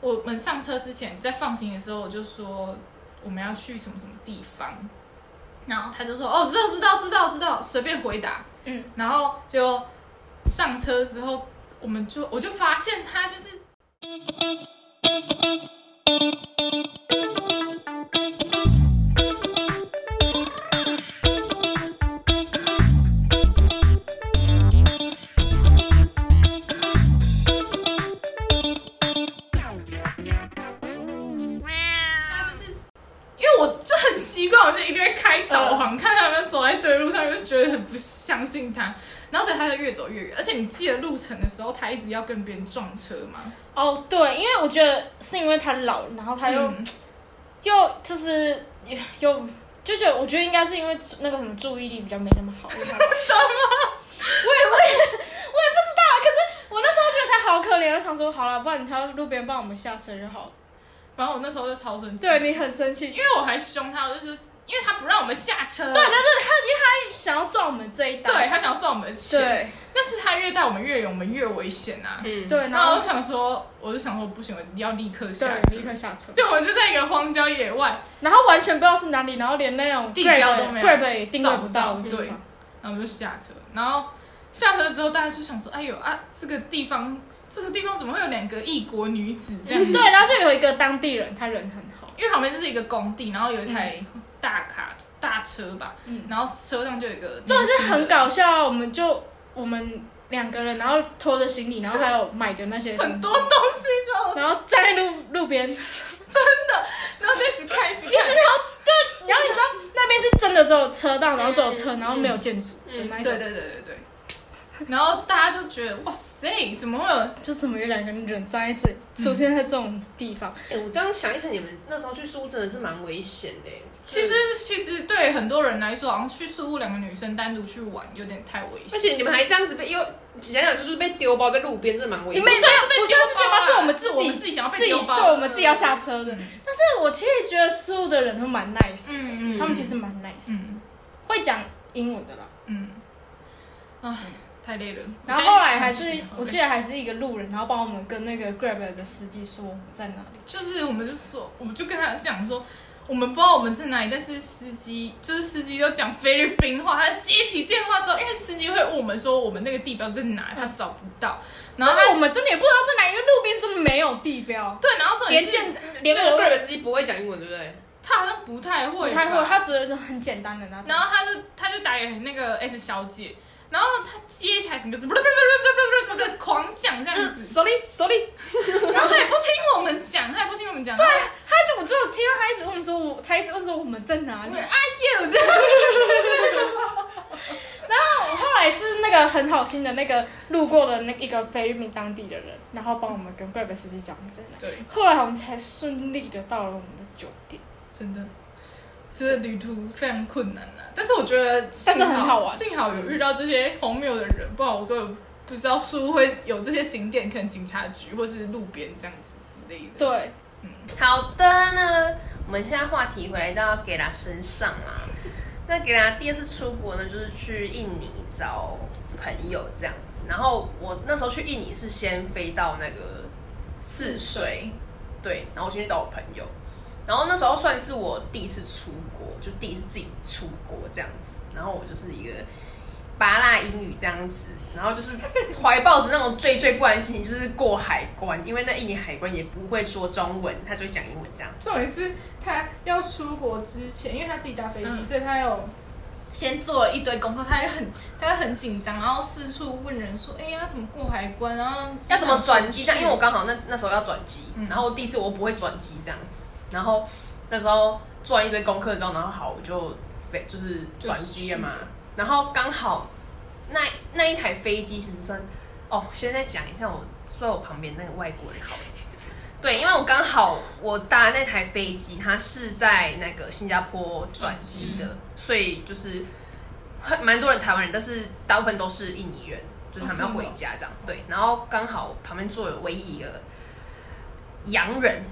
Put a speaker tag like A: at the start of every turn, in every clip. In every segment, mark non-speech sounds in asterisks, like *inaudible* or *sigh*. A: 我们上车之前在放行的时候，我就说我们要去什么什么地方，然后他就说哦，知道知道知道知道，随便回答。
B: 嗯，
A: 然后就上车之后，我们就我就发现他就是他就是，因为我就很习惯，我就一定会开导
B: 嗯
A: 航，看他有没有走在对路上，我就觉得很不相信他。然后所以他就越走越远，而且你记得路程的时候，他一直要跟别人撞车嘛，
B: 哦，对，因为我觉得是因为他老，然后他又、
A: 嗯
B: 又就是又就觉得，我觉得应该是因为那个什么注意力比较没那么好，
A: *laughs*
B: 你知道吗？我也我也我也不知道，可是我那时候觉得他好可怜，我想说好了，不然你他路边帮我们下车就好。
A: 反正我那时候就超生气，
B: 对，你很生气，因
A: 因
B: 为
A: 为我还凶他，我就说，因为他不让我们下车，啊
B: 对，但是他因为他想要赚我们这一单，
A: 对，他想要赚我们的钱，
B: 对
A: 但是他越带我们越远，我们越危险啊。
C: 嗯，
B: 对，然
A: 然后我
B: 后
A: 想说，我就想说不行，我要立刻下
B: 对
A: 车
B: 立。刻下车，
A: 就我们就在一个荒郊野外，
B: 然后完全不知道是哪里，然后连那种
A: 地标
B: Grab-
A: 都没有
B: Grab 也定位
A: 找
B: 不到
A: 不
B: 的
A: 到
B: 地方，
A: 对然后我们就下车，然后下车之后大家就想说，哎呦啊，这个地方这个地方怎么会有两个异国女子这样
B: 嗯
A: 子？
B: 对，然后就有一个当地人，他人很好，
A: 因为旁边就是一个工地，然后有一台大卡大车吧，
B: 嗯
A: 然后车上就有一个，
B: 真的是很。搞笑啊！我们就我们两个人，然后拖着行李，然后还有买的那些东西，
A: 很多东西，之后，
B: 然后站在路路边，
A: 然后就一直开，一直
B: 一直
A: 开，
B: 然后然后你知道那边是真的只有车道，然后只有车，然后没有建筑的那一种
A: 嗯对，对对对 *laughs* 对。然后大家就觉得，哇塞，怎么会有？
B: 就怎么有两个人站在这里，出现在这种地方？
C: 哎、我这样想一想，你们那时候去苏真的是蛮危险的欸耶。
A: 其实其实对很多人来说，好像去宿务两个女生单独去玩有点太危
C: 而
A: 险。
C: 且你们还这样子被又讲讲就是被丢包在路边，真的蛮危
B: 你
C: 险
B: 们。
A: 不算是被
B: 不
A: 丢
B: 算是
A: 包
B: 被包
A: 啊
B: 是我们
A: 是
B: 自己
A: 我们自己想要被
B: 自己
A: 丢包
B: 对我们自己要下车的，
A: 嗯
B: 但是我其实觉得所有的人都蛮 nice，的
A: 嗯嗯
B: 他们其实蛮 nice，的
A: 嗯
B: 会讲英文的啦。
A: 嗯，唉，太累了。
B: 嗯然后后来还
A: 我
B: 是
A: 现在想起
B: 我记得还是一个路人，然后帮我们跟那个 Grab 的司机说我们在哪里。
A: 就是我们就说，我就跟他讲说，我们不知道我们在哪里，但是司机就是司机都讲菲律宾话，他接起电话之后，因为司机会问我们说我们那个地标在哪，他找不到，然后
B: 但是
A: 他
B: 我们真的也不知道在哪，因为路边真的没有地标，
A: 对，然后重点
B: 连
A: 是
B: 见
C: 那
B: 连
C: 个 g r
B: 个
C: a 司机不会讲英文，对不对？
A: 他好像不太会吧，
B: 不太会，他只是很简单的那种
A: 然。后他就他就打给那个 S 小姐，然后他接起来整个是不不不不不不不狂讲这样子，
B: sorry sorry，嗯
A: 然后他也不听我们讲，他也不听我们讲，对，
B: 啊他就我就听到他一直问说我，他一直问说我们在哪里。
A: I you 这
B: *laughs*
A: 样，
B: 后来是那个很好心的那个路过的那一个菲律宾当地的人，然后帮我们跟 Grab 司机讲在哪。
A: 对，
B: 后来我们才顺利的到了我们的酒店。
A: 真的，真的旅途非常困难啊。但是我觉得幸，
B: 但是很好玩
A: 幸好有遇到这些荒谬的人，不然我根本不知道树会有这些景点，可能警察局或是路边这样子之类的。
B: 对，
C: 好的呢，我们现在话题回来到给拉身上啊。那给拉第二次出国呢，就是去印尼找朋友这样子。然后我那时候去印尼是先飞到那个泗水，对，然后我先去找我朋友。然后那时候算是我第一次出国，就第一次自己出国这样子。然后我就是一个拔辣英语这样子，然后就是怀抱着那种惴惴不安的心情，就是过海关，因为那印尼海关也不会说中文，他就会讲英文这样。
D: 重点是他要出国之前，因为他自己搭飞机，
A: 嗯
D: 所以他有
A: 先做了一堆功课，他也很，他也很紧张，然后四处问人说：“哎、呀，怎么过海关？然后
C: 要怎么转机这样？因为我
A: 刚
C: 刚好那那时候要转机
A: 嗯，
C: 然后第一次我不会转机这样子，然后那时候做完一堆功课之后，然后好我就飞就是转机了嘛，然后刚好那那一台飞机其实算哦，现在讲一下我坐在我旁边那个外国人好了。对，因为我刚好我搭那台飞机，它是在那个新加坡转机的，所以就是很蛮多人台湾人，但是大部分都是印尼人，就是他们要回家这样。对，然后刚好旁边坐有唯一一个洋人，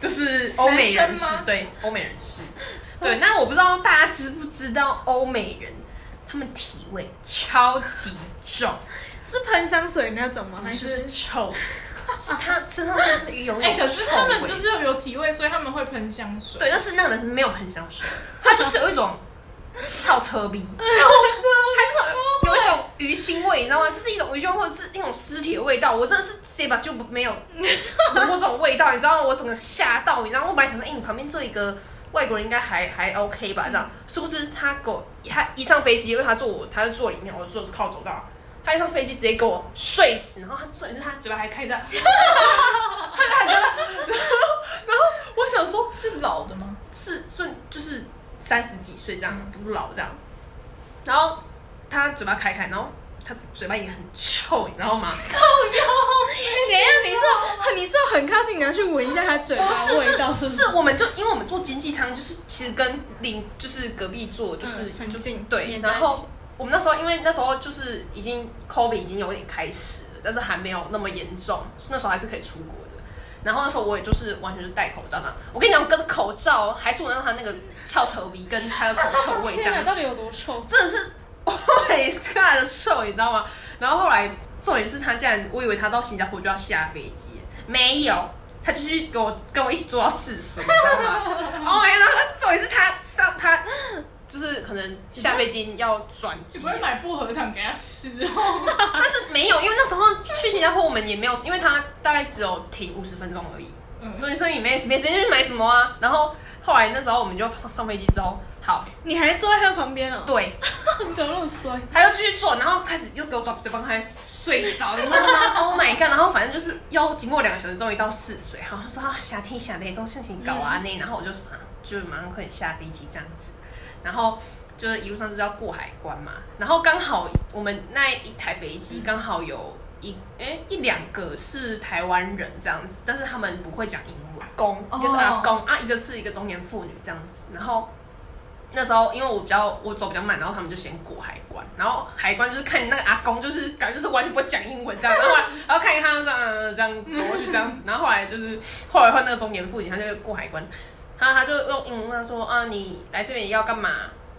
C: 就是欧美人
A: 男
C: 士
A: 生吗，
C: 对，欧美人士。 *laughs* 对，那我不知道大家知不知道欧美人，他们体味超级重，
A: 嗯
B: 是喷香水那种吗？还
C: *laughs* 就是是臭。 *laughs* 是他身上就是有
A: 哎、
C: 一
A: 可
C: 种
A: 是他们
C: 臭味
A: 就是有体味，所以他们会喷香水。
C: 对，但是那个人没有喷香 *laughs* 水，他就是有一种超车 *laughs* 逼，超车，他就是有有一种鱼腥味，你知道吗？就是一种鱼腥味或者是那种尸体的味道。我真的是这把就没有闻过这种味道，你知道吗？我整个吓到，你知道吗？我本来想说，哎、你旁边坐一个外国人应该还还 OK 吧？这样，殊不知他给我他一上飞机，因为他坐我，他就坐里面，我坐靠走道。他一上飞机直接给我睡死，然后他重点是他嘴巴还开着，他还开着，然后然后我想说，
A: 是老的吗？
C: 是算就是三十几岁这样，不老这样。然后他嘴巴开开，然后他嘴巴也很臭，你知道吗？
B: 等一哎下，你是你是要很靠近，你要去闻一下它嘴巴
C: 不是
B: 味道
C: 是
B: 是不
C: 是，我们就因为我们坐经济舱，就是其实跟邻就是隔壁坐就是、
B: 嗯很
C: 就
B: 近
C: 对，
B: 黏在
C: 然
B: 一起
C: 后我们那时候因为那时候就是已经 COVID 已经有点开始了，但是还没有那么严重，那时候还是可以出国的。然后那时候我也就是完全是戴口罩呢，我跟你讲，跟口罩还是闻到他那个翘舌鼻跟他的口臭味这
B: 天
C: 样
B: 哪，，到底有多臭？
C: 真的是 *laughs* Oh my God 的臭，你知道吗？然后后来重点是他竟然，我以为他到新加坡就要下飞机，没有，他就去跟我跟我一起坐到四十，你知
A: *laughs*
C: 道吗？Oh my God！然后重点是他上他就是可能下飞机要转
A: 你
C: 机啊
A: 不，会买薄荷糖给他吃哦？
C: *laughs* 但是没有，因为那时候去新加坡我们也没有，因为他大概只有停五十分钟而已，
A: 嗯，
C: 所以所以也没没时间去买什么啊。然后后来那时候我们就上飞机之后，好，
B: 你还坐在它旁边哦？
C: 对，
B: 你怎么那么衰？
C: 他又继续做，然后开始又给我抓嘴巴，还睡着，你知道吗？Oh my god！然后反正就是要经过两个小时，终于到四岁，然后他说啊，夏天夏天，这种事情搞啊那，然后我就马就马上快点下飞机这样子，然后就是一路上就是要过海关嘛，然后刚好我们那一台飞机刚好有一哎、一两个是台湾人这样子，但是他们不会讲英文，公
A: 哦
C: 一个是阿公、啊，一个是一个中年妇女这样子，然后。那时候因为我比较我走比较慢，然后他们就先过海关，然后海关就是看你那个阿公，就是感觉就是完全不会讲英文这样，然后后来然后看一看他这样嗯这样走过去这样子，然后后来就是后来换那个中年妇女，她就过海关，她她就用英文问她说啊你来这边要干嘛？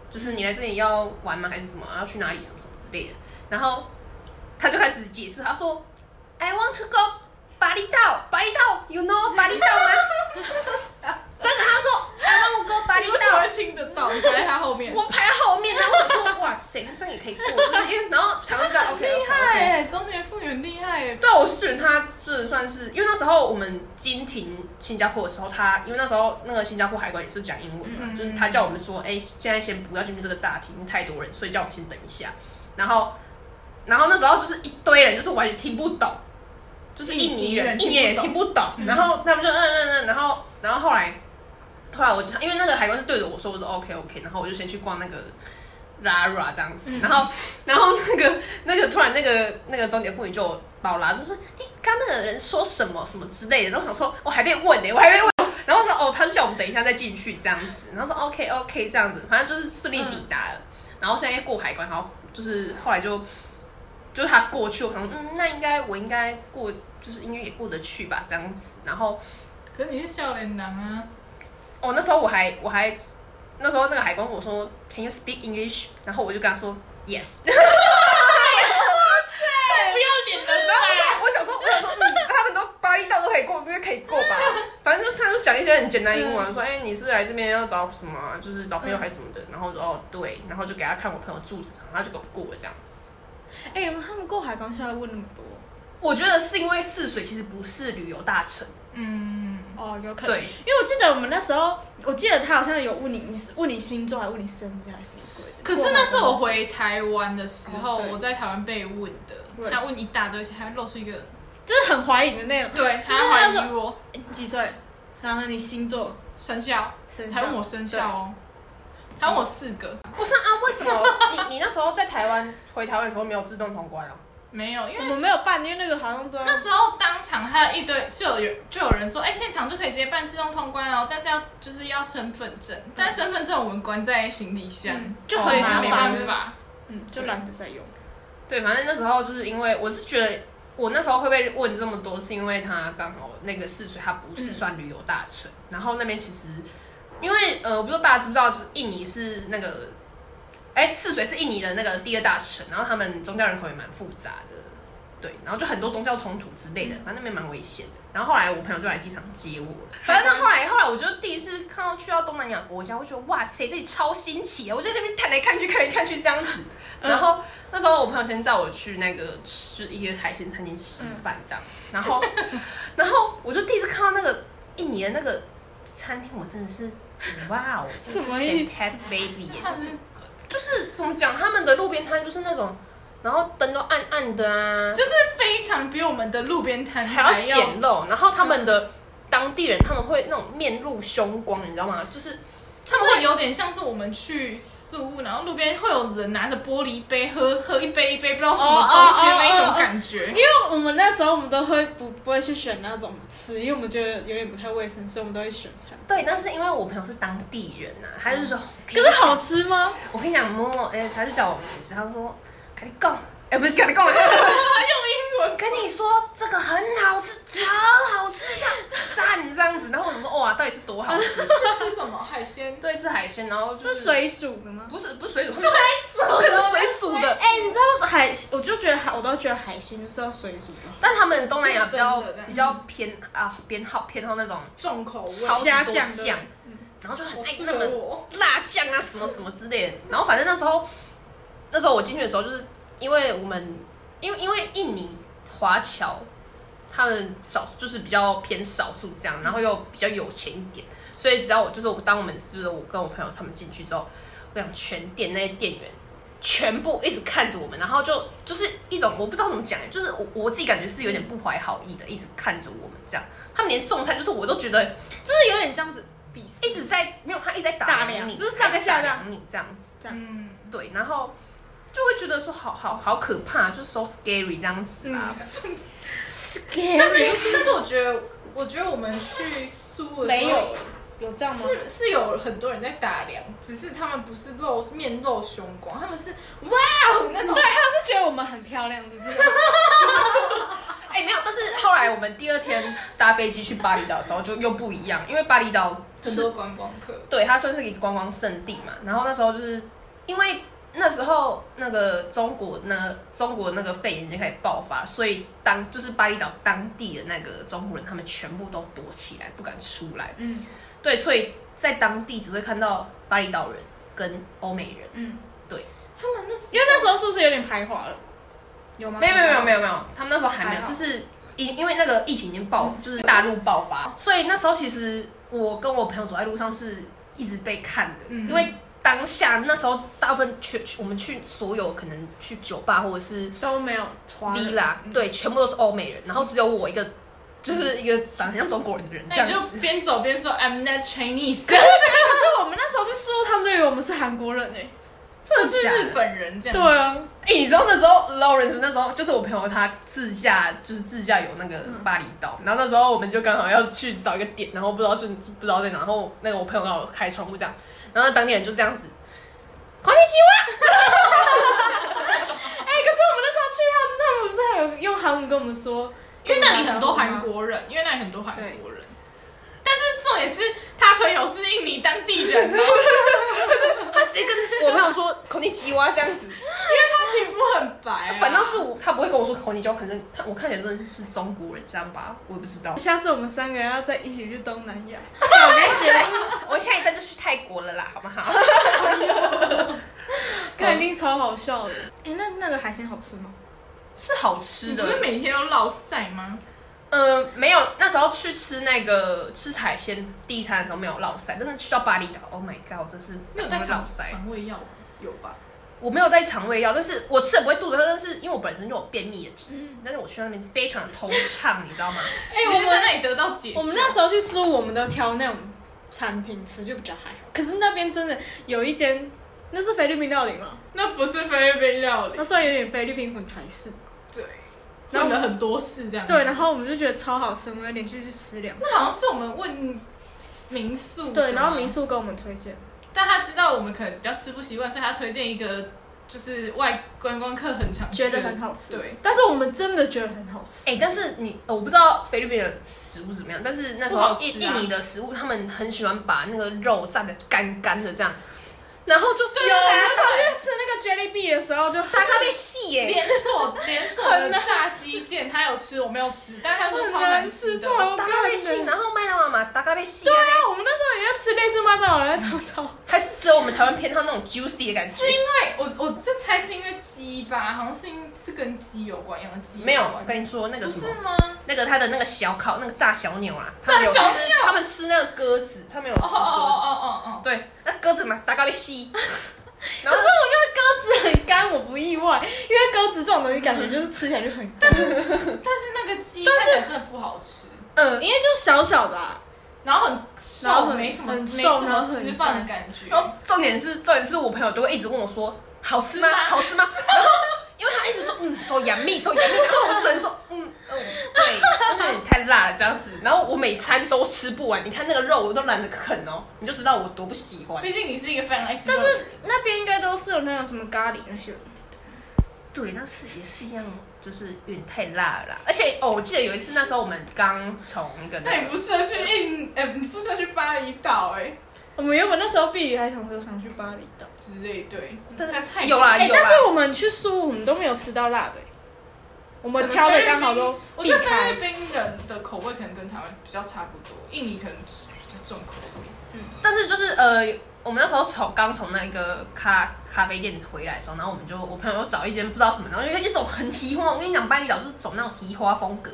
C: 就是你来这里要玩吗？还是什么？要去哪里什么什么之类的？然后她就开始解释，她说 I want to go 巴厘岛，巴厘岛，you know 巴厘岛吗？真的，她说 I want to go 巴厘
A: 你为什
C: 岛
A: 么。会听得到？你在他后面。
C: 我排在后面，然后我想说，哇塞，那这样也可以过，就是因为然后想到这样，OK，
A: 厉害、
C: OK。
A: 欸，中年妇女很厉害、欸。
C: 对，我顺他这算是，因为那时候我们经停新加坡的时候，他因为那时候那个新加坡海关也是讲英文嘛，
A: 嗯嗯
C: 就是他叫我们说，哎、现在先不要进去这个大厅，太多人，所以叫我们先等一下。然后，然后那时候就是一堆人，就是完全听不懂，就是印尼人，印
A: 印尼
C: 尼人
A: 人
C: 也听不懂。然后他们就嗯嗯嗯，然后然后后来后来我就因为那个海关是对着我说，我说 OK OK，然后我就先去逛那个 Lara 这样子，然后然后那个那个突然那个那个中年妇女就把我拉住说，哎、刚刚那个人说什么什么之类的，然后我想说我哦还被问呢、欸我还被问。 *laughs* 然后说哦，他是叫我们等一下再进去这样子，然后说 OK OK 这样子，反正就是顺利抵达了。然后现在过海关，然后就是后来就就是他过去，我想说嗯，那应该我应该过，就是应该也过得去吧这样子。然后
A: 可是你是笑脸男啊，
C: 哦，那时候我还我还那时候那个海关跟我说 Can you speak English？然后我就跟他说 Yes。 *laughs*
A: 不要脸了
C: 然后我想说，我想说，嗯，他们都巴厘岛都可以过，不是可以过吧？ *laughs* 反正就他就讲一些很简单英文，说，哎、你是来这边要找什么啊、就是找朋友还是什么的。然后我说，哦，对，然后就给他看我朋友住址，然后他就给我过了这样。
B: 哎、他们过海关下来问那么多，
C: 我觉得是因为泗水其实不是旅游大城，
A: 嗯，
B: 哦，有可能。
C: 对，
B: 因为我记得我们那时候，我记得他好像有问你，你是问你星座，还是问你生日，还是什么鬼的？
A: 可是那是我回台湾的时候，
B: 哦对
A: 我在台湾被问的
B: 我也，是
A: 他问一大堆，而且还露出一个
B: 就是很怀疑你的那种。
A: 对，
B: 就是
A: 他怀
B: 那
A: 疑
B: 种
A: 我
B: 哎你几岁，然后你星座、
A: 生肖，
B: 生肖，
A: 他问我生肖哦，他问我四个，
C: 不是啊？为什么你你那时候在台湾回台湾的时候没有自动通关啊？
A: 没有，因
B: 我
A: 为
B: 们没有办，因为那个好像不知道
A: 那时候当场还有一堆是有人就有人说，哎、现场就可以直接办自动通关哦，但是要就是要身份证，但身份证我们关在行李箱，
B: 嗯就
A: 所以
C: 很
A: 是
C: 麻
A: 没
B: 烦
A: 办法。
B: 嗯，就懒得再用。
C: 对，反正那时候就是因为我是觉得。我那时候会被问这么多，是因为他刚好那个泗水，它不是算旅游大城，然后那边其实，因为呃，我不知道大家知不知道，就是印尼是那个，哎、泗水是印尼的那个第二大城，然后他们宗教人口也蛮复杂的，对，然后就很多宗教冲突之类的，反正那边蛮危险的。然后后来我朋友就来机场接我，反正后来后来我就第一次看到去到东南亚国家，我觉得哇塞，这里超新奇的，我就在那边看来看去看来看去这样子。
B: 嗯
C: *laughs* 然后那时候我朋友先载我去那个吃就是一个海鲜餐厅吃
B: 嗯
C: 饭这样，然后然后我就第一次看到那个印尼的那个餐厅，我真的是哇哦，
B: *laughs* 什么意思
C: f a n t a s baby 耶，
A: 他
C: 就是是就是怎么讲，他们的路边摊就是那种，然后灯都暗暗的啊，
A: 就是非常比我们的路边摊
C: 还
A: 还
C: 要简陋，然后他们的当地人他们会那种面露凶光，你知道吗？就是
A: 就是有点像是我们去宿务，然后路边会有人拿着玻璃杯喝喝一杯一杯不知道什么东西的那一种感觉
B: 因。为我们那时候我们都会不不会去选那种吃，因为我们觉得有点不太卫生，所以我们都会选餐。
C: 对，但是因为我朋友是当地人呐、啊，他就说，可
B: 可是好，吃吗？
C: 我跟你讲，某某，哎、他就叫我名字，他就说，跟你讲，哎、不是跟你 *laughs* 讲，
A: 用英文，
C: 跟你说这个很好吃，超好吃，像赞这样子，然后我们说，哇，到底是多
A: *laughs*
C: 好吃？
D: 吃什么海鲜？
C: 对，是海鲜，然后、就是
B: 水煮的吗？
C: 不是不是水煮，是水煮的，水煮的。
B: 哎、你知道海，我就觉得海，我都觉得海鲜就是要水煮的，
C: 但他们东南亚比较
D: 是真的
C: 比较偏啊，偏好偏好那种
D: 重口味，
C: 超级
B: 加
C: 多
B: 酱的
C: 酱，嗯然后就很
D: 好
C: 爱
D: 适
C: 那
D: 合
C: 么
D: 我。
C: 辣酱啊什么什么之类的。然后反正那时候，那时候我进去的时候，就是因为我们因为因为印尼华侨他们少就是比较偏少数这样，然后又比较有钱一点，所以只要我就是我当我们就是我跟我朋友他们进去之后，我想全店那些店员全部一直看着我们，然后就就是一种我不知道怎么讲，就是我我自己感觉是有点不怀好意的，一直看着我们这样。他们连送餐就是我都觉得
B: 就是有点这样子鄙视，
C: 一直在没有他一直在打
B: 打
C: 量
B: 量
C: 你，
B: 就是
C: 他
B: 上
C: 一直
B: 下
C: 在打
B: 这样
C: 量你这样子。
A: 嗯，
C: 对，然后就会觉得说好好好可怕，就是 so scary 这样子啊。
B: 但
D: 但是但是我觉得，我觉得我们去苏的时候
B: 没有有这样吗？
D: 是是有很多人在打量，只是他们不是露面露凶光，他们是哇哦那种
B: 对，他是觉得我们很漂亮的，真的 *laughs*
C: 哎、没有，但是后来我们第二天搭飞机去巴厘岛的时候就又不一样，因为巴厘岛就
D: 很
C: 是
D: 多观光客。
C: 对它算是一个观光胜地嘛。然后那时候就是因为那时候那个中国那中国那个肺炎就开始爆发，所以当就是巴厘岛当地的那个中国人，他们全部都躲起来，不敢出来。
A: 嗯，
C: 对，所以在当地只会看到巴厘岛人跟欧美人。
A: 嗯，
C: 对，
D: 他们那时候
B: 因为那时候是不是有点排华了？有吗？
C: 没有没有没有没有没有，他们那时候还没有，
B: 还好
C: 就是因因为那个疫情已经爆，就是大陆爆发，所以那时候其实我跟我朋友走在路上是一直被看的，
A: 嗯
C: 因为当下那时候大部分去我们去所有可能去酒吧或者是
B: 都没有嗯华人
C: villa，对，全部都是欧美人，然后只有我一个就是一个长得像中国人的人这
A: 那
C: 样
A: 你
C: 子
A: 就。边走边说 I'm not Chinese，
B: 可是可是我们那时候去宿，他们都以为我们是韩国人哎、
A: 或 *laughs*
C: 这
A: 是日本人这样。
B: 对，啊，
C: 哎、你知道那时候 Lawrence 那时候就是我朋友他自驾，就是自驾游那个巴厘岛，然后那时候我们就刚好要去找一个点，然后不知道就不知道在哪，然后那个我朋友刚好开窗户这样，然后那当地人就这样子，こんにち
B: 哎、可是我们那时候去他们，他们不是还有用韩文跟我们说，
A: 因为那里很多韩国人，因为那里很多韩国人。但是重点是他朋友是印尼当地人哦，
C: は，他直接跟我朋友说こんにちは这样子，
A: 皮肤很白啊、
C: 反倒是我他不会跟我说こんにちは，可能他我看起来真的是中国人这样吧，我也不知 *laughs* 道。
B: 下次我们三个要再一起去东南亚。
C: 我下一站就去泰国了啦，好不好？
B: 肯定超好笑的。哎、那那个海鲜好吃吗？
C: *laughs* 是好吃
A: 你
C: 的，
A: 不是每天都落晒吗？
C: 呃，没有，那时候去吃那个吃海鲜第一餐的时候没有落腮，但是去到巴厘岛，Oh my god，我真是
A: 没有带
C: 落
A: 肠
C: 腮。
A: 肠胃药吗有吧？
C: 我没有带肠胃药，但是我吃了不会肚子痛，但是因为我本身就有便秘的体质，但是我去那边非常的通畅，你知道吗？ *laughs*
A: 哎、我们在那里得到解救。
B: 我们那时候去苏，我们都挑那种餐厅吃，就比较还好。可是那边真的有一间，那是菲律宾料理吗？
A: 那不是菲律宾料理
B: 那，算有点菲律宾混台式。
A: 对，
B: 然
A: 混
B: 后
A: 了很多事这样子。
B: 对，然后我们就觉得超好吃，我们连续去吃两次。
A: 那好像是我们问民宿的，
B: 对，然后民宿给我们推荐，
A: 但他知道我们可能比较吃不习惯，所以他推荐一个就是外观光客很常去
B: 觉
A: 的
B: 得很好吃。
A: 对，
B: 但是我们真的觉得很好吃。
C: 哎、但是你、呃我不知道菲律宾的食物怎么样，但是那时
A: 不好
C: 候印
A: 吃啊
C: 印尼的食物，他们很喜欢把那个肉蘸的干干的这样子，然后就
A: 啊
B: 有，我就吃那个 Jelly Bean 的时候就
C: 他被戏耶，
A: 连锁连锁的炸鸡店，他有吃，我没有吃，但他说
B: 很
A: 超
B: 难
A: 吃
B: 吃，
A: 的。
B: 超
C: 大
B: 干
C: 咖被戏，
B: 的。
C: 然后麦当劳嘛，大咖被戏
B: 对
C: 啊，
B: 啊，我们那时候也在吃类似麦当劳的那种超，
C: 还是只有我们台湾偏好那种 juicy 的感觉
A: *laughs* 是。因为我我这猜是因为鸡吧，好像是因是跟鸡有关，养鸡
C: 没有，
A: 关哦
C: 我跟你说那个
A: 不
C: 什
A: 是
C: 么，
A: 吗？
C: 那个他的那个小烤那个炸小牛啊，
A: 炸小
C: 他们有吃
A: 鸟
C: 他们吃那个鸽子，他们有吃
A: 哦
C: 鸽
A: 哦
C: 子，
A: 哦哦哦，
C: 对，那鸽子嘛，大咖
A: *laughs*
C: 被戏，
B: 可
C: 然后
B: 是我因为鸽子很干，我不意外，因为鸽子这种东西感觉就是吃起来就很干，
A: 但是那个鸡看起来真的不好吃，
B: 嗯，因为就小小的、啊，
A: 然后很
B: 然后
A: 瘦，
B: 很
A: 没什么
B: 很
A: 没
B: 瘦
A: 什
B: 然
A: 么
B: 后很
A: 吃饭的感觉。
C: 然后重点是重点是我朋友都会一直问我说好吃吗？
A: 是吗
C: 好吃吗？然后因为他一直说嗯，手扬蜜，手扬蜜，然后我只能说
A: *laughs*
C: 嗯嗯，对，那你太辣了这样子。然后我每餐都吃不完，你看那个肉我都懒得啃哦，你就知道我多不喜欢。
A: 毕竟你是一个非常爱吃
B: 但
A: 肉的人，
B: 是那边应该都是有那种什么咖喱那些。
C: 对，那是也是一样，就是有点太辣了啦。而且哦，我记得有一次那时候我们刚从一个
A: *laughs* 那
C: 那
A: 你
C: 个
A: 不适合去印，哎、你不适合去巴厘岛哎、
B: 我们原本那时候毕业还想说想去巴厘岛，
A: 之类，对，
C: 但是
A: 那菜
C: 有啦
B: 哎、
C: 有
B: 但是我们去苏，我们都没有吃到辣的、欸我
A: 哎可
B: 们
A: 能
B: 挑
A: 菲
B: 的
A: 律
B: 刚好都
A: 宾我
B: 避
A: 觉得菲
B: 开
A: 律。宾人的口味可能跟台湾比较差不多，印尼可能吃比较重口味。
C: 但是就是呃，我们那时候从刚从那个咖咖啡店回来的时候，然后我们就我朋友又找一间不知道什么，然后因为一种很提花，我跟你讲，巴厘岛就是走那种提花风格。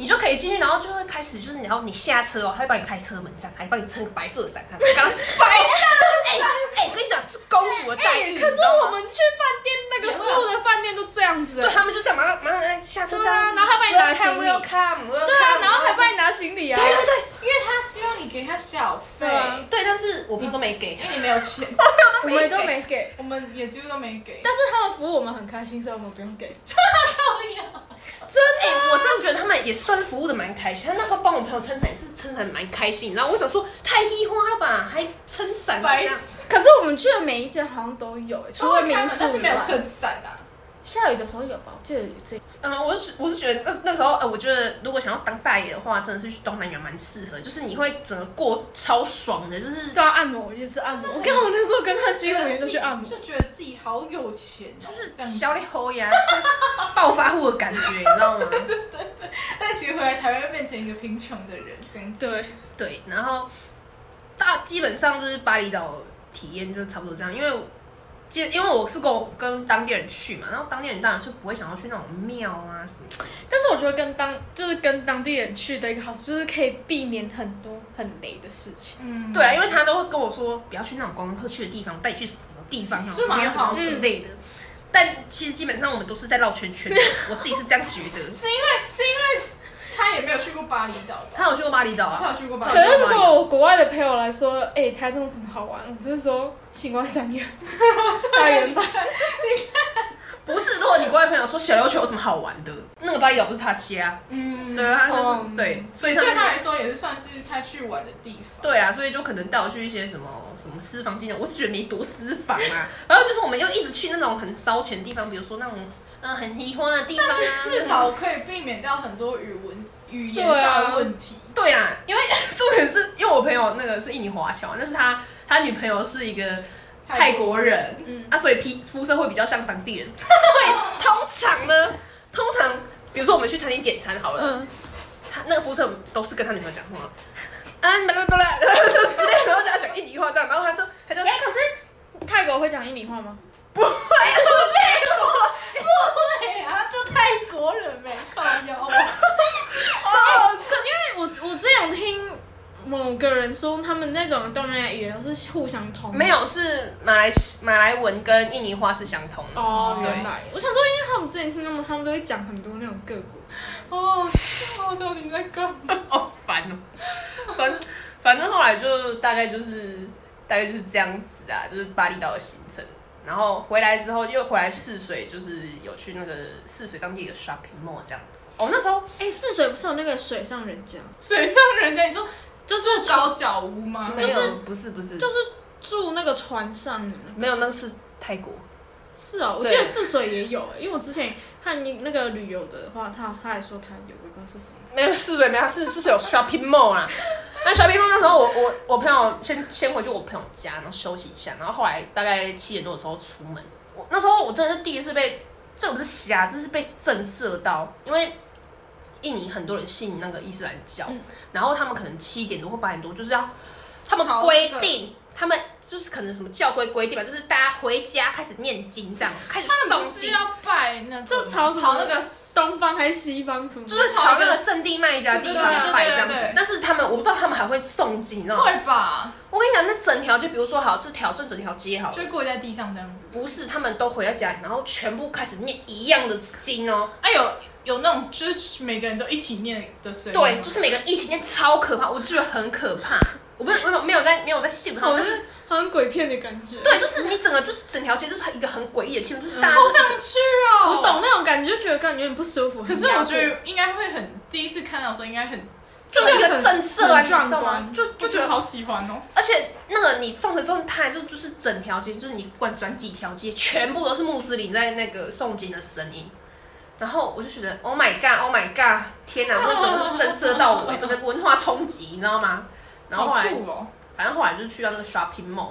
C: 你就可以进去，然后就会开始，就是然后你下车哦，他会帮你开车门这样，还帮你撑个白色的伞，他刚 *laughs* 白色的伞，哎、我跟你讲是公主的待遇，
B: 哎可
C: 你
B: 是
C: 知道吗
B: 我们去饭店那个苏的饭店都这样子、欸
C: 对他们就这样，马上马上哎下车
B: 对啊
C: 这样子，
B: 然后还帮你拿行李
C: welcome，welcome，welcome，
B: 对啊，然后还帮你拿行李啊。
C: 对对对
A: 因为他希望你给他小费，
B: 对啊
C: 对，但是我朋友都没给，
A: 因为你没有钱，
B: 我们都没给，
A: 我们也几乎都没给。
B: 但是他们服务我们很开心，所以我们不用给。啊
C: 真的、我真的觉得他们也算是服务的蛮开心。他那时候帮我朋友撑伞也是撑伞蛮开心，然后我想说太一花了吧，还撑伞
A: 白
C: 这样
A: 色
B: 可是我们去的每一间好像都有、欸除哦了民宿以外，
A: 但是没有撑伞啊。
B: 下雨的时候有吧？我记得有这。
C: 嗯，我是我是觉得那那时候，呃，我觉得如果想要当大爷的话，真的是去东南亚蛮适合，就是你会整个过超爽的，就是
B: 对啊，按摩，我去吃按摩。我
A: 很
B: 跟我那时候跟他几乎也是去按摩。
A: 就觉得自己好有钱哦，
C: 就是
A: 这样子
C: 小里吼呀，就是暴发户的感觉，你知道吗？
A: 但其实回来台湾又变成一个贫穷的人，这样子。
B: 对，
C: 对，然后大基本上就是巴厘岛体验就差不多这样，因为基因为我是跟我跟当地人去嘛，然后当地人当然就不会想要去那种庙啊什么，
B: 但是我觉得跟当就是跟当地人去的一个好处，就是可以避免很多很雷的事情。
A: 嗯，
C: 对啊，因为他都会跟我说不要去那种观光客去的地方，带你去什么地方啊，
A: 就是
C: 怎么样怎么
A: 马
C: 样
A: 上
C: 之类的。但其实基本上我们都是在绕圈
A: *laughs*
C: 圈的，我自己是这样觉得。
A: 是因为是因为他也没有去过巴厘岛吧？
C: 他有去过巴厘岛啊，
A: 他有去过巴
B: 可
A: 厘岛
C: 对
A: 吗，
B: 是如果我国外的朋友来说，哎、台中有什么好玩？我就是说星光三 *laughs* 月、大圆吧。
C: 不是？如果你国外朋友说小琉球有什么好玩的，那个巴厘岛不是他家，
A: 嗯，
C: 对，啊他就是、
B: 嗯
C: 对，所以他
A: 对
C: 就
A: 他来说也是算是他去玩的地方。
C: 对啊，所以就可能带我去一些什么什么私房景点，我是觉得没多私房啊。然后就是我们又一直去那种很烧钱的地方，比如说那种嗯、呃很移荒的地方啊。
A: 至少可以避免掉很多语文语言上的问题。
C: 对啦，因为重点是因为我朋友那个是印尼华侨，但是他他女朋友是一个泰国人，嗯
B: 嗯
C: 啊，所以皮肤色会比较像当地人，所以通常呢，通常比如说我们去餐厅点餐好了，
B: 嗯，
C: 他那个服务生都是跟他女朋友讲话，啊，巴拉巴拉之类的，然后就要讲印尼话这样，然后他就他就
B: 哎、可是泰国会讲印尼话吗？
C: 不会，我
A: 对啊，就泰国人没靠腰。
B: 可因为我我之前有听某个人说，他们那种东南亚语言都是互相通。
C: 没。有是马来西马来文跟印尼话是相通的，
B: 哦，
C: 对
B: 原来我想说，因为他们之前听他们，他们都会讲很多那种各国。
A: 哦，笑，到底在干嘛？
C: 好烦 *laughs* 哦。反正反正后来就大概就是大概就是这样子啊，就是巴厘岛的行程。然后回来之后又回来泗水，就是有去那个泗水当地的 shopping mall 这样子。哦，那时候
B: 哎、泗水不是有那个水上人家，
A: 水上人家，你说
B: 哦
A: 就是高脚屋吗？
C: 没有，
B: 就是
C: 不是不是，
B: 就是住那个船上的那个。
C: 没有，那是泰国。
B: 是啊，我
C: 对
B: 记得泗水也有、欸因为我之前看你那个旅游的话，他他还说他有，我也不知道是什么。
A: *laughs*
C: 没有泗水没有，是泗水有 shopping mall 啊。啊，那小冰梦那时候我，我我朋友先先回去我朋友家，然后休息一下，然后后来大概七点多的时候出门。我那时候我真的是第一次被，这不是瞎，这是被震慑到，因为印尼很多人信那个伊斯兰教，
A: 嗯
C: 然后他们可能七点多或八点多就是要，他们
A: 朝
C: 规
A: 那个
C: 定。他们就是可能什么教规规定吧，就是大家回家开始念经这样，开始
A: 他
C: 诵
A: 们不是
C: 经，
A: 要拜那个
B: 就朝什么
A: 朝那个
B: 东方还是西方什么的？
A: 就是
C: 朝
A: 朝
C: 那
A: 那
C: 个
A: 个
C: 圣地麦加地
A: 对
C: 方
A: 对对
C: 拜
A: 对
C: 这样子
A: 对对。
C: 但是他们我不知道他们还会诵经，你知道吗？
A: 会吧？
C: 我跟你讲，那整条就比如说好，这条这整条街好了
A: 就跪在地上这样子。
C: 不是他们都回到家里，然后全部开始念一样的经哦。
A: 哎、有有那种就是每个人都一起念的声音吗，
C: 对，就是每个人一起念，超可怕，我觉得很可
A: *laughs*
C: 怕。我不是我没有没有在没有在信
B: 好像
C: 号，但是
B: 是好像鬼片的感觉。
C: 对，就是你整个就是整条街就是一个很诡异的气氛，就是大家
A: 好想去哦。
B: 我懂。那种感觉，就觉得感觉有点不舒服。
A: 可是
B: 很压
A: 我
B: 迫
A: 觉得应该会很，第一次看到的时候应该很，
C: 就一个震慑啊，
A: 很
C: 你知
A: 壮
C: 道吗
A: 观，？
C: 就就
A: 我
C: 觉
A: 觉得
C: 得，
A: 好喜欢哦。
C: 而且那个你上车之后，他还是就是整条街，就是你不管转几条街，全部都是穆斯林在那个诵经的声音。然后我就觉得，Oh my god，Oh my god，天哪，这整个震慑到我，整个文化冲击，你知道吗？然后后
A: 好
C: 来
A: 酷哦！
C: 反正后来就是去到那个 shopping mall，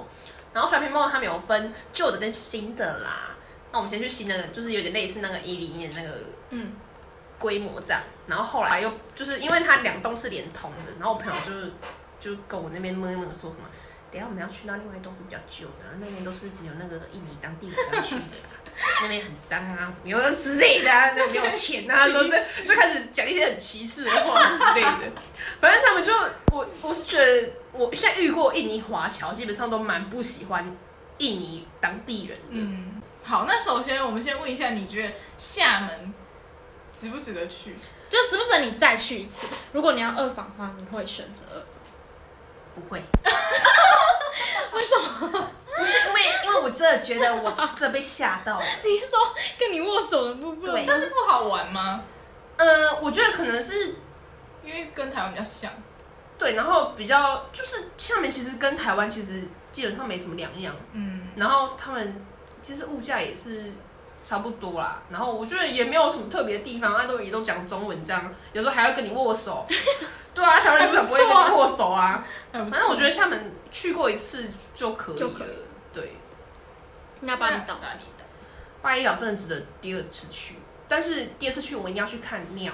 C: 然后 shopping mall 他们有分旧的跟新的啦。那我们先去新的，就是有点类似那个一零年那个
A: 嗯
C: 规模这样。然后后来又就是因为它两栋是连通的，然后我朋友就是就跟我那边闷闷说什么，等一下我们要去到另外一栋比较旧的，然后那边都是只有那个印尼当地人才会去的啦，那边很脏啊，怎么样之类的啊，那没有钱啊，都是就开始讲一些很歧视的话之类的。反正他们就我我是觉得我现在遇过印尼华侨，基本上都蛮不喜欢印尼当地人的。
A: 嗯，好，那首先我们先问一下，你觉得厦门值不值得去？
B: 就值不值得你再去一次？如果你要二访的话，你会选择二访？
C: 不会。为什么？不是因为，因为我真的觉得我真的被吓到了。
B: 你说跟你握手的部分，
C: 对
A: 但是不好玩吗？
C: 呃，我觉得可能是
A: 因为跟台湾比较像，
C: 对，然后比较就是厦门其实跟台湾其实基本上没什么两样，
A: 嗯，
C: 然后他们其实物价也是差不多啦，然后我觉得也没有什么特别的地方，他都也都讲中文这样，有时候还要跟你握 *laughs* 手。对啊，台湾人是很不会跟你握手 *laughs* 啊。
A: 还不
C: 反正我
A: 错
C: 觉得厦门去过一次就可以
B: 就可
C: 了
B: 以。
C: 对，
B: 那巴厘岛
A: 那，哪里的？
C: 巴厘岛真的值得第二次去，但是第二次去我一定要去看庙。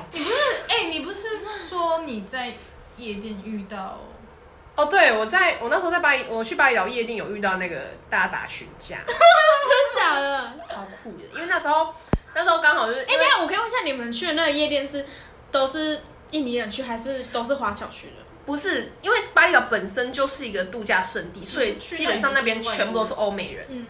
A: 哎、你不是说你在夜店遇到？
C: 哦，对，我在我那时候在巴厘，我去巴厘岛夜店有遇到那个大打群架，
B: 真假的？
C: *laughs* 超酷的，因为那时候那时候刚好就是，
B: 哎、
C: 因为
B: 等一下我可以问一下，你们去的那个夜店是都是印尼人去，还是都是华侨去的？
C: 不是因为巴厘岛本身就是一个度假胜地，所以
A: 去
C: 基本上那边
A: 那里
C: 全部都是欧美人。
B: 嗯，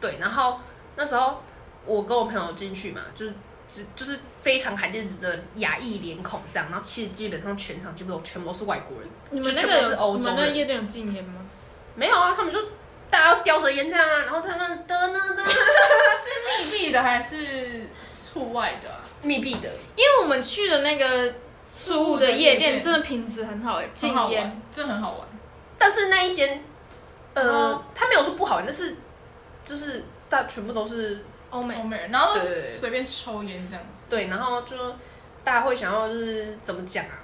C: 对，然后那时候我跟我朋友进去嘛，就是只就是非常罕见的亚裔脸孔这样，然后其实基本上全场基本都全部都是外国人，
B: 你们
C: 就
B: 那
C: 全部
B: 个
C: 都是
B: 有
C: 欧
B: 你
C: 洲
B: 们那个
C: 人。
B: 夜店有禁烟吗？
C: 没有啊，他们就大家叼着烟这样啊，然后在那噔噔噔，
A: 是密闭的还是户外的啊、
C: 密闭的。
B: 因为我们去的那个苏武
A: 苏武的
B: 的夜
A: 夜
B: 店，
A: 店
B: 真的品质很好、哎，禁
A: 很好
B: 烟。
A: 玩，这很好玩。
C: 但是那一间，呃
A: 哦，
C: 他没有说不好玩，但是就是大全部都是
B: 欧美
A: 欧美人，然后都
C: 对对对
A: 随便抽烟这样子。
C: 对，然后就大家会想要就是怎么讲啊，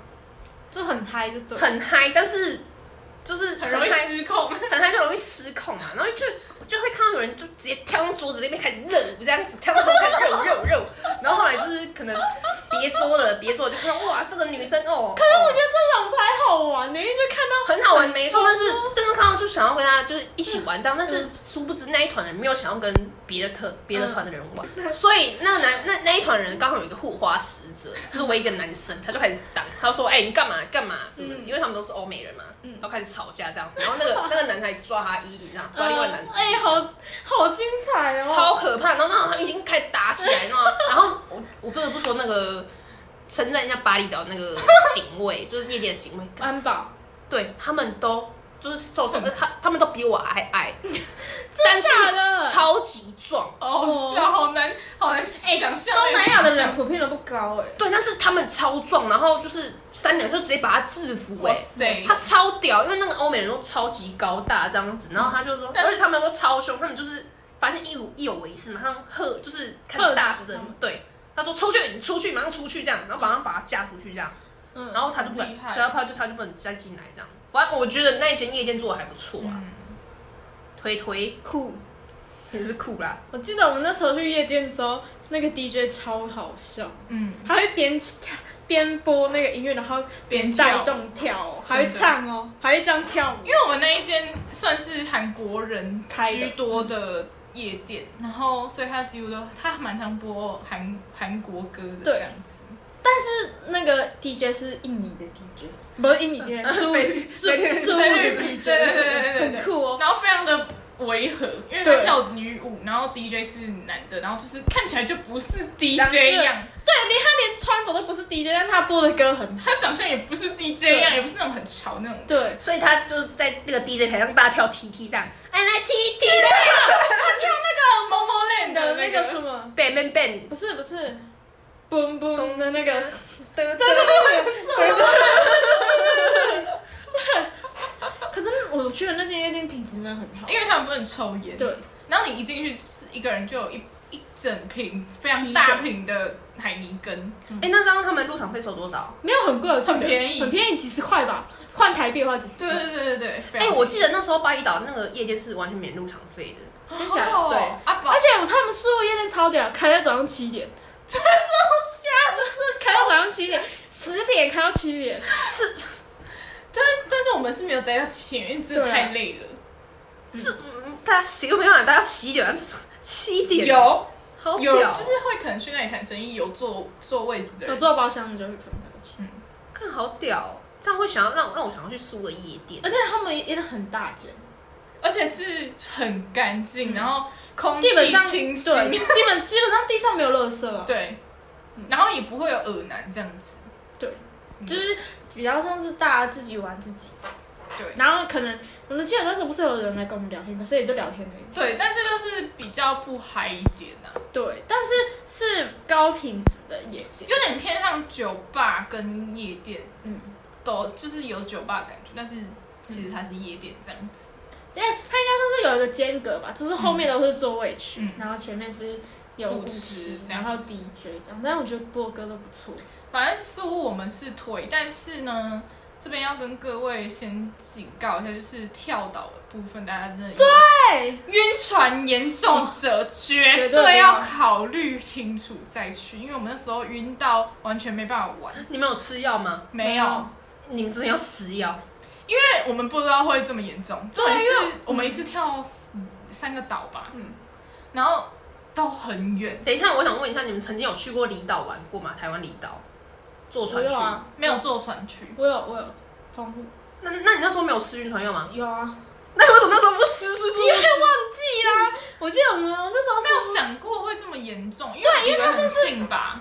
B: 就很嗨，就对。
C: 很嗨，但是就是
A: 很容易
C: 嗨，
A: 失 *laughs* 控，
C: 很嗨就容易失控嘛，然后就就会看到有人就直接跳上桌子那边开始热舞这样子，跳上桌子开始热舞热舞热舞，然后后来就是可能别桌的别桌的就看到哇这个女生哦，可
B: 可是我觉得这种才好玩呢、因为就看到
C: 很好玩，没错，但是但是他们就想要跟大家就是一起玩这样，但是殊不知那一团人没有想要跟别的特别的团的人玩，所以那个男那那一团人刚好有一个护花使者，就是我一个男生，他就开始挡，他就说：“哎、你干嘛干嘛什么的？”因为他们都是欧美人嘛，然后开始吵架这样，然后那个那个男孩抓他衣领，这样抓另外男
B: 嗯哎、好好精彩哦！
C: 超可怕，然后那他们已经开始打起来，然后然后我我不得不说那个称赞一下巴厘岛那个警卫，就是夜店的警卫，
B: 安保，
C: 对他们都就是瘦瘦，他他们都比我还矮，但是
B: 假的哦
C: 超级壮。
A: 好笑，好难，好难想象。
B: 哎东南亚的人，普遍都不高哎、
C: 对，但是他们超壮，然后就是三两下就直接把他制服、
A: 哇
C: 哎
A: 塞，
C: 他超屌，因为那个欧美人都超级高大这样子，然后他就说，
A: 但是
C: 而且他们都超凶，他们就是发现一有一有为是，马上喝就是开始大
B: 呵斥
C: 声
B: 他们，
C: 对，他说出去，你出去，马上出去这样，然后马上把他架出去这样，
A: 嗯
C: 然后他就不敢
A: 很厉，害
C: 只要他就他就不能再进来这样。反正我觉得那一间夜店做的还不错
A: 嗯
C: 啊，推推
B: 酷。
C: 也是酷啦。
B: 我记得我们那时候去夜店的时候，那个 DJ 超好笑，
A: 嗯，
B: 他会边 *laughs* 边播那个音乐，然后
A: 边
B: 带
A: 跳
B: 动跳哦，还会唱哦，还会这样跳舞
A: 因。为我们那一间算是韩国人
B: 开的
A: 居多的夜店，然后所以他几乎都他蛮常播韩韩国歌的
B: 对
A: 这样子。
B: 但是那个 DJ 是印尼的 DJ，不是印尼 DJ，苏苏苏
A: 菲
B: 的
A: 律宾
B: DJ，
A: 对对对对对对对
B: 很酷哦。
A: 然后非常的违和，因为他
B: 对
A: 跳女舞，然后 DJ 是男的，然后就是看起来就不是 DJ
B: 对
A: 样，
B: 对，连他连穿着都不是 DJ，但他播的歌很好。
A: 他长相也不是 DJ 样，也不是那种很潮那种。
B: 对，
C: 所以他就是在那个 DJ 台上大跳 TT 这样
B: 哎，来 T T，他跳那
A: 某某 land
B: 个的
A: 的那
B: 那个
A: 个
B: 什么？
C: ，bang bang bang，
B: 不是不是，boom boom 的那个。
C: 噔噔噔，
B: 可是我觉得那间夜店品质真的很好，
A: 因为他们不能抽烟。
B: 对，
A: 然后你一进去，是一个人就有一一整瓶非常大瓶的海泥根，
C: 哎，那张他们入场费收多少？
B: 没有很贵，我记得
A: 很便宜
B: 很便宜，几十块吧，换台币的话几十
A: 对
B: 块。
A: 对对对对，啊非
C: 哎，
A: 常
C: 我记得那时候巴厘岛那个夜店是完全免入场费
A: *laughs*
C: 的，
B: 真假的
A: 哦
C: 对
A: 阿宝
B: 而且我他们宿夜店超屌，开到早上七点，
A: 真是好瞎，
B: 开到早上七点，十点开到七点，
C: 是
A: 但但是我们是没有待到七点，因为真的
B: 对啊
A: 太累了。
C: 是，嗯大家谁都没办法，大家洗点啊 *laughs* 七点，啊
A: 有
C: 好
A: 有
C: 屌，
A: 就是会可能去那里谈生意，有坐坐位置的
B: 有
A: 人，
B: 时候包厢你就会可能开到七点。
C: 看好屌，这样会想要让让我想要去苏个夜店
B: 而，且他们夜店很大间，
A: 而且是很干净，
B: 嗯
A: 然后空气
B: 基本上
A: 清新，
B: 对，基本基本上地上没有垃圾啊。
A: 对然后也不会有耳男这样子，
B: 对，就是比较像是大家自己玩自己的。
A: 对
B: 然后可能我们记得那时候不是有人来跟我们聊天，可是也就聊天而已。
A: 对，但是就是比较不嗨一点啊，
B: 对，但是是高品质的夜店。
A: 有点偏向酒吧跟夜店
B: 嗯，
A: 都就是有酒吧的感觉，但是其实它是夜店这样子。
B: 因为它应该算是有一个间隔吧，就是后面都是座位区，
A: 嗯
B: 然后前面是有
A: 舞
B: 舞
A: 池
B: 池，
A: 这样
B: 然后 DJ 这样。但我觉得播歌都不错。
A: 反正苏我们是推，但是呢，这边要跟各位先警告一下，就是跳岛的部分，大家真的有
B: 对，
A: 晕船严重者绝
B: 哦绝对不
A: 对
B: 要
A: 要考虑清楚再去，因为我们那时候晕到完全没办法玩，
C: 你们有吃药吗？
A: 没有，
C: 你们真的要吃药？
A: 因为 *laughs* 我们不知道会这么严重。重点
B: 对因
A: 是
B: 为
A: 我们一次跳四三个岛吧，
B: 嗯
A: 然后都很远，
C: 等一下，我想问一下，你们曾经有去过离岛玩过吗？台湾离岛坐
B: 我
C: 船去
B: 有？啊，
A: 没有坐船去。
B: 我有我有澎湖
C: 那那你那时候没有吃晕船药吗？ *laughs*
B: 有啊，
C: 那你为什么那时候不吃？是
B: 因为忘记啦。我记得我们那时候
A: 没
B: 是
A: 有想过会这么严重，因为因为它很近吧，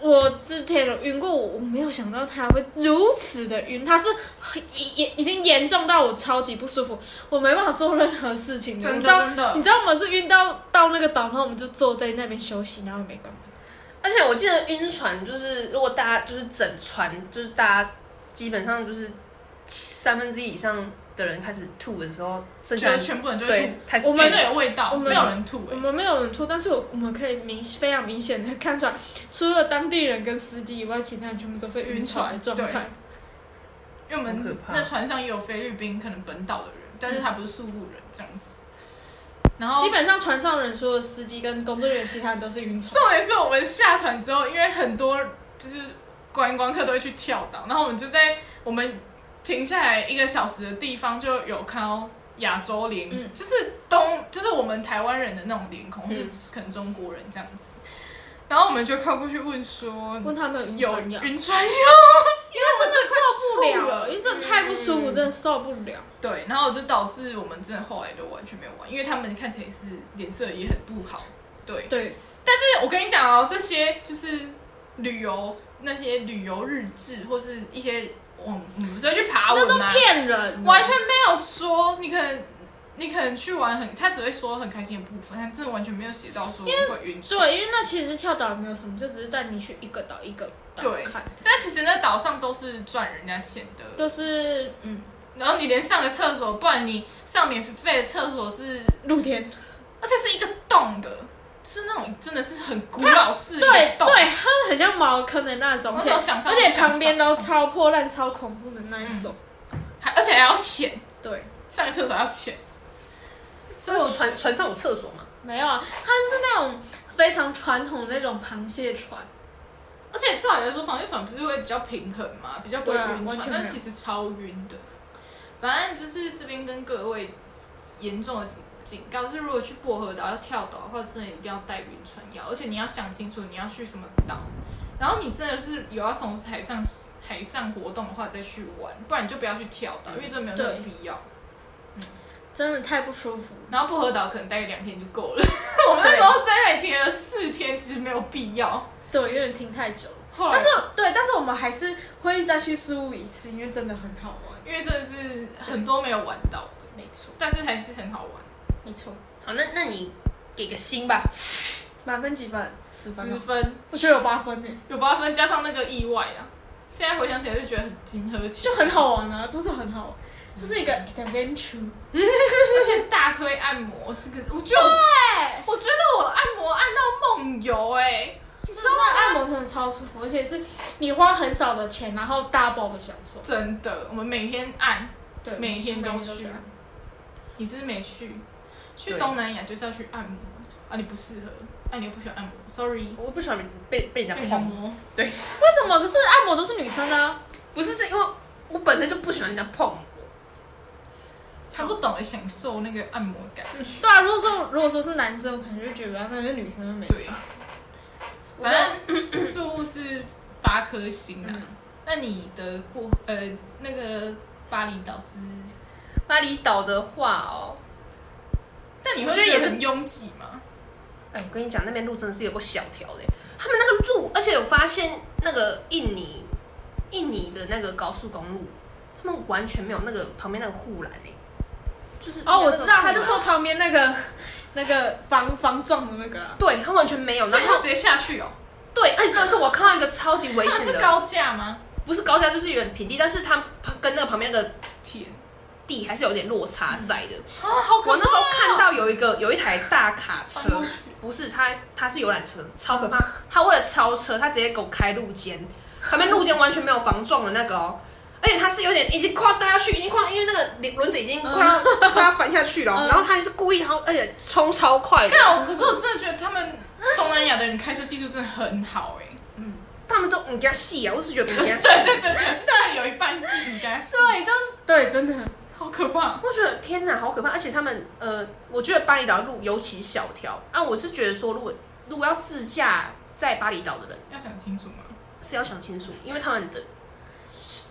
B: 我之前有晕过，我没有想到他会如此的晕，他是 *laughs* 很严已经严重到我超级不舒服，我没办法做任何事情
A: 真的
B: 你知道
A: 真的
B: 你知道我们是晕到到那个岛，然后我们就坐在那边休息，然后也没干嘛。
C: 而且我记得晕船就是，如果大家就是整船，就是大家基本上就是三分之一以上的人开始吐的时候，剩
A: 觉
C: 下
A: 得
C: 的
A: 全部人就会吐
C: 对。开始
B: 我
A: 我
C: 吐
A: 们都有味道，
B: 我们
A: 没有人吐
B: 我
A: 哎、
B: 们没有人吐，但是我我们可以明非常明显的看出来，除了当地人跟司机以外，其他人全部都是晕船的状
A: 晕船
B: 态。
A: 因为我
C: 好可
A: 们
C: 怕
A: 那船上也有菲律宾可能本岛的人，但是他不是宿路人这样子。然后
B: 基本上船上人说的司机跟工作人员，其他人都是晕船。
A: 重点是我们下船之后，因为很多就是观光客都会去跳岛，然后我们就在我们停下来一个小时的地方就有看到亚洲脸，
B: 嗯
A: 就是东就是我们台湾人的那种脸孔，
C: 嗯
A: 是可能中国人这样子。然后我们就靠过去问说，
B: 问他们有晕
A: 有
B: 船药，
A: 晕船药？
B: 因为真的受不
A: 我
B: 了
A: 真的快吐了嗯
B: 因为真的太不舒服，真的受不了。
A: 对，然后就导致我们真的后来就完全没有玩，因为他们看起来是脸色也很不好。对，
B: 对，
A: 但是我跟你讲哦，这些就是旅游那些旅游日志或是一些我们我们不是会去爬
B: 那
A: 文
B: 都
A: 吗？
B: 骗人，
A: 完全没有说，你可能你可能去玩很，他只会说很开心的部分，他真的完全没有写到说会晕船。
B: 对，因为那其实跳岛也没有什么，就只是带你去一个岛一个岛
A: 对
B: 看，
A: 但其实那岛上都是赚人家钱的，
B: 就是嗯，
A: 然后你连上个厕所，不然你上免费的厕所是
B: 露天
A: 而且是一个洞的，是那种真的是很古老式
B: 对
A: 的
B: 对，
A: 洞，
B: 它很像茅坑的那种，
A: 我
B: 而且
A: 有想象
B: 而且
A: 我想
B: 旁边
A: 象
B: 都超破烂、超恐怖的那一种。
A: 还而且还要钱，
B: 对，
A: 上个厕所要钱，
C: 所以我船船上有厕所嘛，
B: 没有啊，它是那种非常传统的那种螃蟹船。
A: 而且照理来说，螃蟹船不是会比较平衡嘛，比较不会
B: 对啊
A: 晕
B: 完
A: 船，
B: 全没有
A: 但其实超晕的。反正就是这边跟各位严重的警警告，就是如果去薄荷岛要跳岛的话，真的一定要带晕船药，而且你要想清楚你要去什么岛，然后你真的是有要从事海上海上活动的话再去玩，不然你就不要去跳岛，因为真的没有那个
B: 对
A: 必要。
B: 真的太不舒服。
A: 然后薄荷岛可能待个两天就够了，我们那时候在那里停了四天，其实没有必要。
B: 对，有点停太久了。
A: 后来
B: 但是对，但是我们还是会再去苏武一次，因为真的很好玩。
A: 因为真的是很多没有玩到的，
B: 没错，
A: 但是还是很好玩。
B: 没错。
C: 好，那那你给个星吧，
B: 满分几分？十分
A: 十
B: 吗。
A: 分
B: 我觉得有八分呢，
A: 有八分，加上那个意外啊，现在回想起来就觉得很惊呵气，
B: 就很好玩啊，就是很好玩，
A: 就
B: 就是一个 adventure。
A: *laughs* 而且大推按摩这个，我觉得
B: 对，
A: 我觉得我按摩按到梦游哎、你知
B: 真
A: 道
B: 的
A: 吗？
B: 按摩真的超舒服，而且是你花很少的钱，然后 double 的享受。
A: 真的，我们每天按，
B: 对，
A: 每天都
B: 每
A: 去
B: 按
A: 你是不是没去？去
C: 对
A: 东南亚就是要去按摩啊，你不适合，啊你又不喜欢按摩，sorry，
C: 我不喜欢被被
A: 被
C: 人家
A: 人家
C: 碰，
A: 摸，
C: 对，
B: 为什么？可是按摩都是女生的啊。
C: 不是是因为我本身就不喜欢人家碰我，
A: 他不懂得享受那个按摩感。
B: 对啊，如果说如果说是男生，我可能就觉得那是女生就没
A: 对啊
B: 差。
A: 反正树是八颗星啊。
B: 嗯
A: 那你的过呃那个巴厘岛是，
C: 巴厘岛的话哦，
A: 但你
C: 我
A: 会
C: 觉得也是
A: 很拥挤吗？
C: 哎，我跟你讲，那边路真的是有个小条的，他们那个路，而且有发现那个印尼印尼的那个高速公路，他们完全没有那个旁边那个护栏哎，就是
B: 哦，我知道，他
C: 没有那个护栏
B: 就说旁边那个那个防防撞的那个啊啦。
C: 对他完全没有，
A: 所
C: 然
A: 以
C: 后
A: 他直接下去哦。
C: 对，而且真的是我看到一个超级危
A: 它
C: 险
A: 是
C: 的，
A: 高架吗？
C: 不是高架就是有点平地，但是它跟那个旁边那个
A: 天
C: 地还是有点落差在的。
A: 啊，好可怕！
C: 我那时候看到有一个有一台大卡
A: 翻
C: 车
A: 过去，
C: 不是它，它是游览车，超可怕。它为了超车，它直接给我开路肩，旁边路肩完全没有防撞的那个哦，而且它是有点已经快要掉下去，已经快要，因为那个轮子已经快要、快要翻下去了哦，然后它还是故意，然后而且冲超快的，
A: 看我，可是我真的觉得他们东南亚的人开车技术真的很好哎、
C: 他们都人家细啊，我只是觉得人家细，
A: *laughs*
C: *laughs*
A: 对对对，可是真的有一半是应该是，
B: 对，都对，真的。
A: 好可怕。
C: 我觉得天哪，好可怕！而且他们呃，我觉得巴厘岛的路尤其小条啊，我是觉得说，如果如果要自驾在巴厘岛的人。
A: 要想清楚嘛。
C: 是要想清楚，因为他们的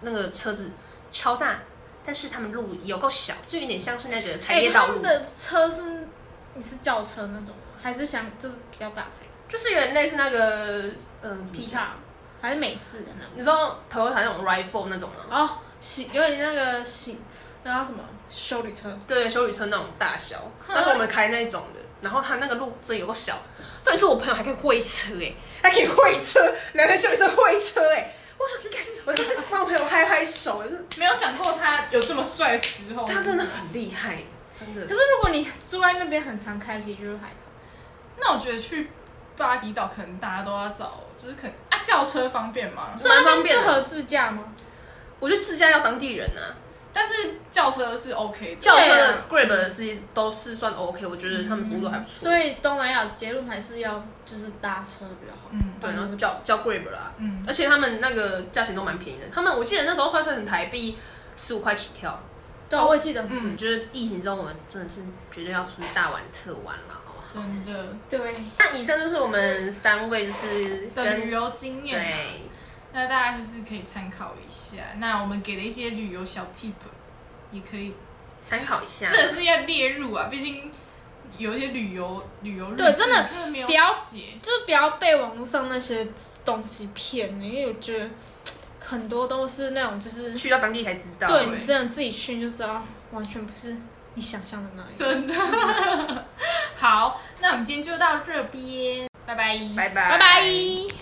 C: 那个车子超大，但是他们路有够小，就有点像是那个产业
B: 哎他
C: 道路，
B: 们的车是你是轿车那种吗？还是想就是比较大台
C: *laughs* 就是有点类似那个嗯
B: 皮卡，还是美式的那种？
C: 你知道 Toyota 那种 Rifle 那种吗？
B: 哦，型有点那个型，那叫什么修理车？
C: 对，修理车那种大小，但是我们开那种的，然后它那个路真的有够小，重点是我朋友还可以会车哎、还可以会车，两台修理车会车哎、我想看，我就是帮我朋友拍拍手，就是哦
A: 没有想过他有这么帅的时候，
C: 他真的很厉害，真
B: 可
C: 的。
B: 是如果你住在那边很常开，其实就还好。
A: 那我觉得去巴厘岛可能大家都要找，就是可能啊，轿车方便吗？
B: 所以那边
C: 方便
B: 适
C: 的
B: 合自驾吗？
C: 我觉得自驾要当地人啊，
A: 但是轿车是 OK 的，
C: 轿车
B: 对
C: 的
B: 啊
C: Grab 的司机都是算 OK，我觉得他们服务都还不错。
B: 所以东南亚结论还是要就是搭车比较好。
A: 嗯
C: 对，然后叫叫 Grab 啦，
A: 嗯
C: 而且他们那个价钱都蛮便宜的。他们我记得那时候换算成台币十五块起跳。
B: 对啊，我也记得很
A: 嗯
C: 我觉得疫情之后，我们真的是绝对要出去大玩特玩了，好不好？
A: 真的
B: 对，
C: 那以上就是我们三位就是
A: 的旅
C: 跟
A: 游经验啊，
C: 对
A: 那大家就是可以参考一下。那我们给了一些旅游小 tip，也可以，
C: 参考一下
A: 真。的是要列入啊，毕竟有一些旅游旅游日
B: 对
A: 记
B: 真的
A: 真的没有
B: 不要
A: 写，
B: 就是不要被网络上那些东西骗了，因为我觉得很多都是那种就是
C: 去到当地才知道。
B: 对
A: 对
B: 你真的自己去就知道，完全不是你想象的那样。
A: 真的。 *laughs* 好，那我们今天就到这边，拜拜，
C: 拜拜，
B: 拜拜。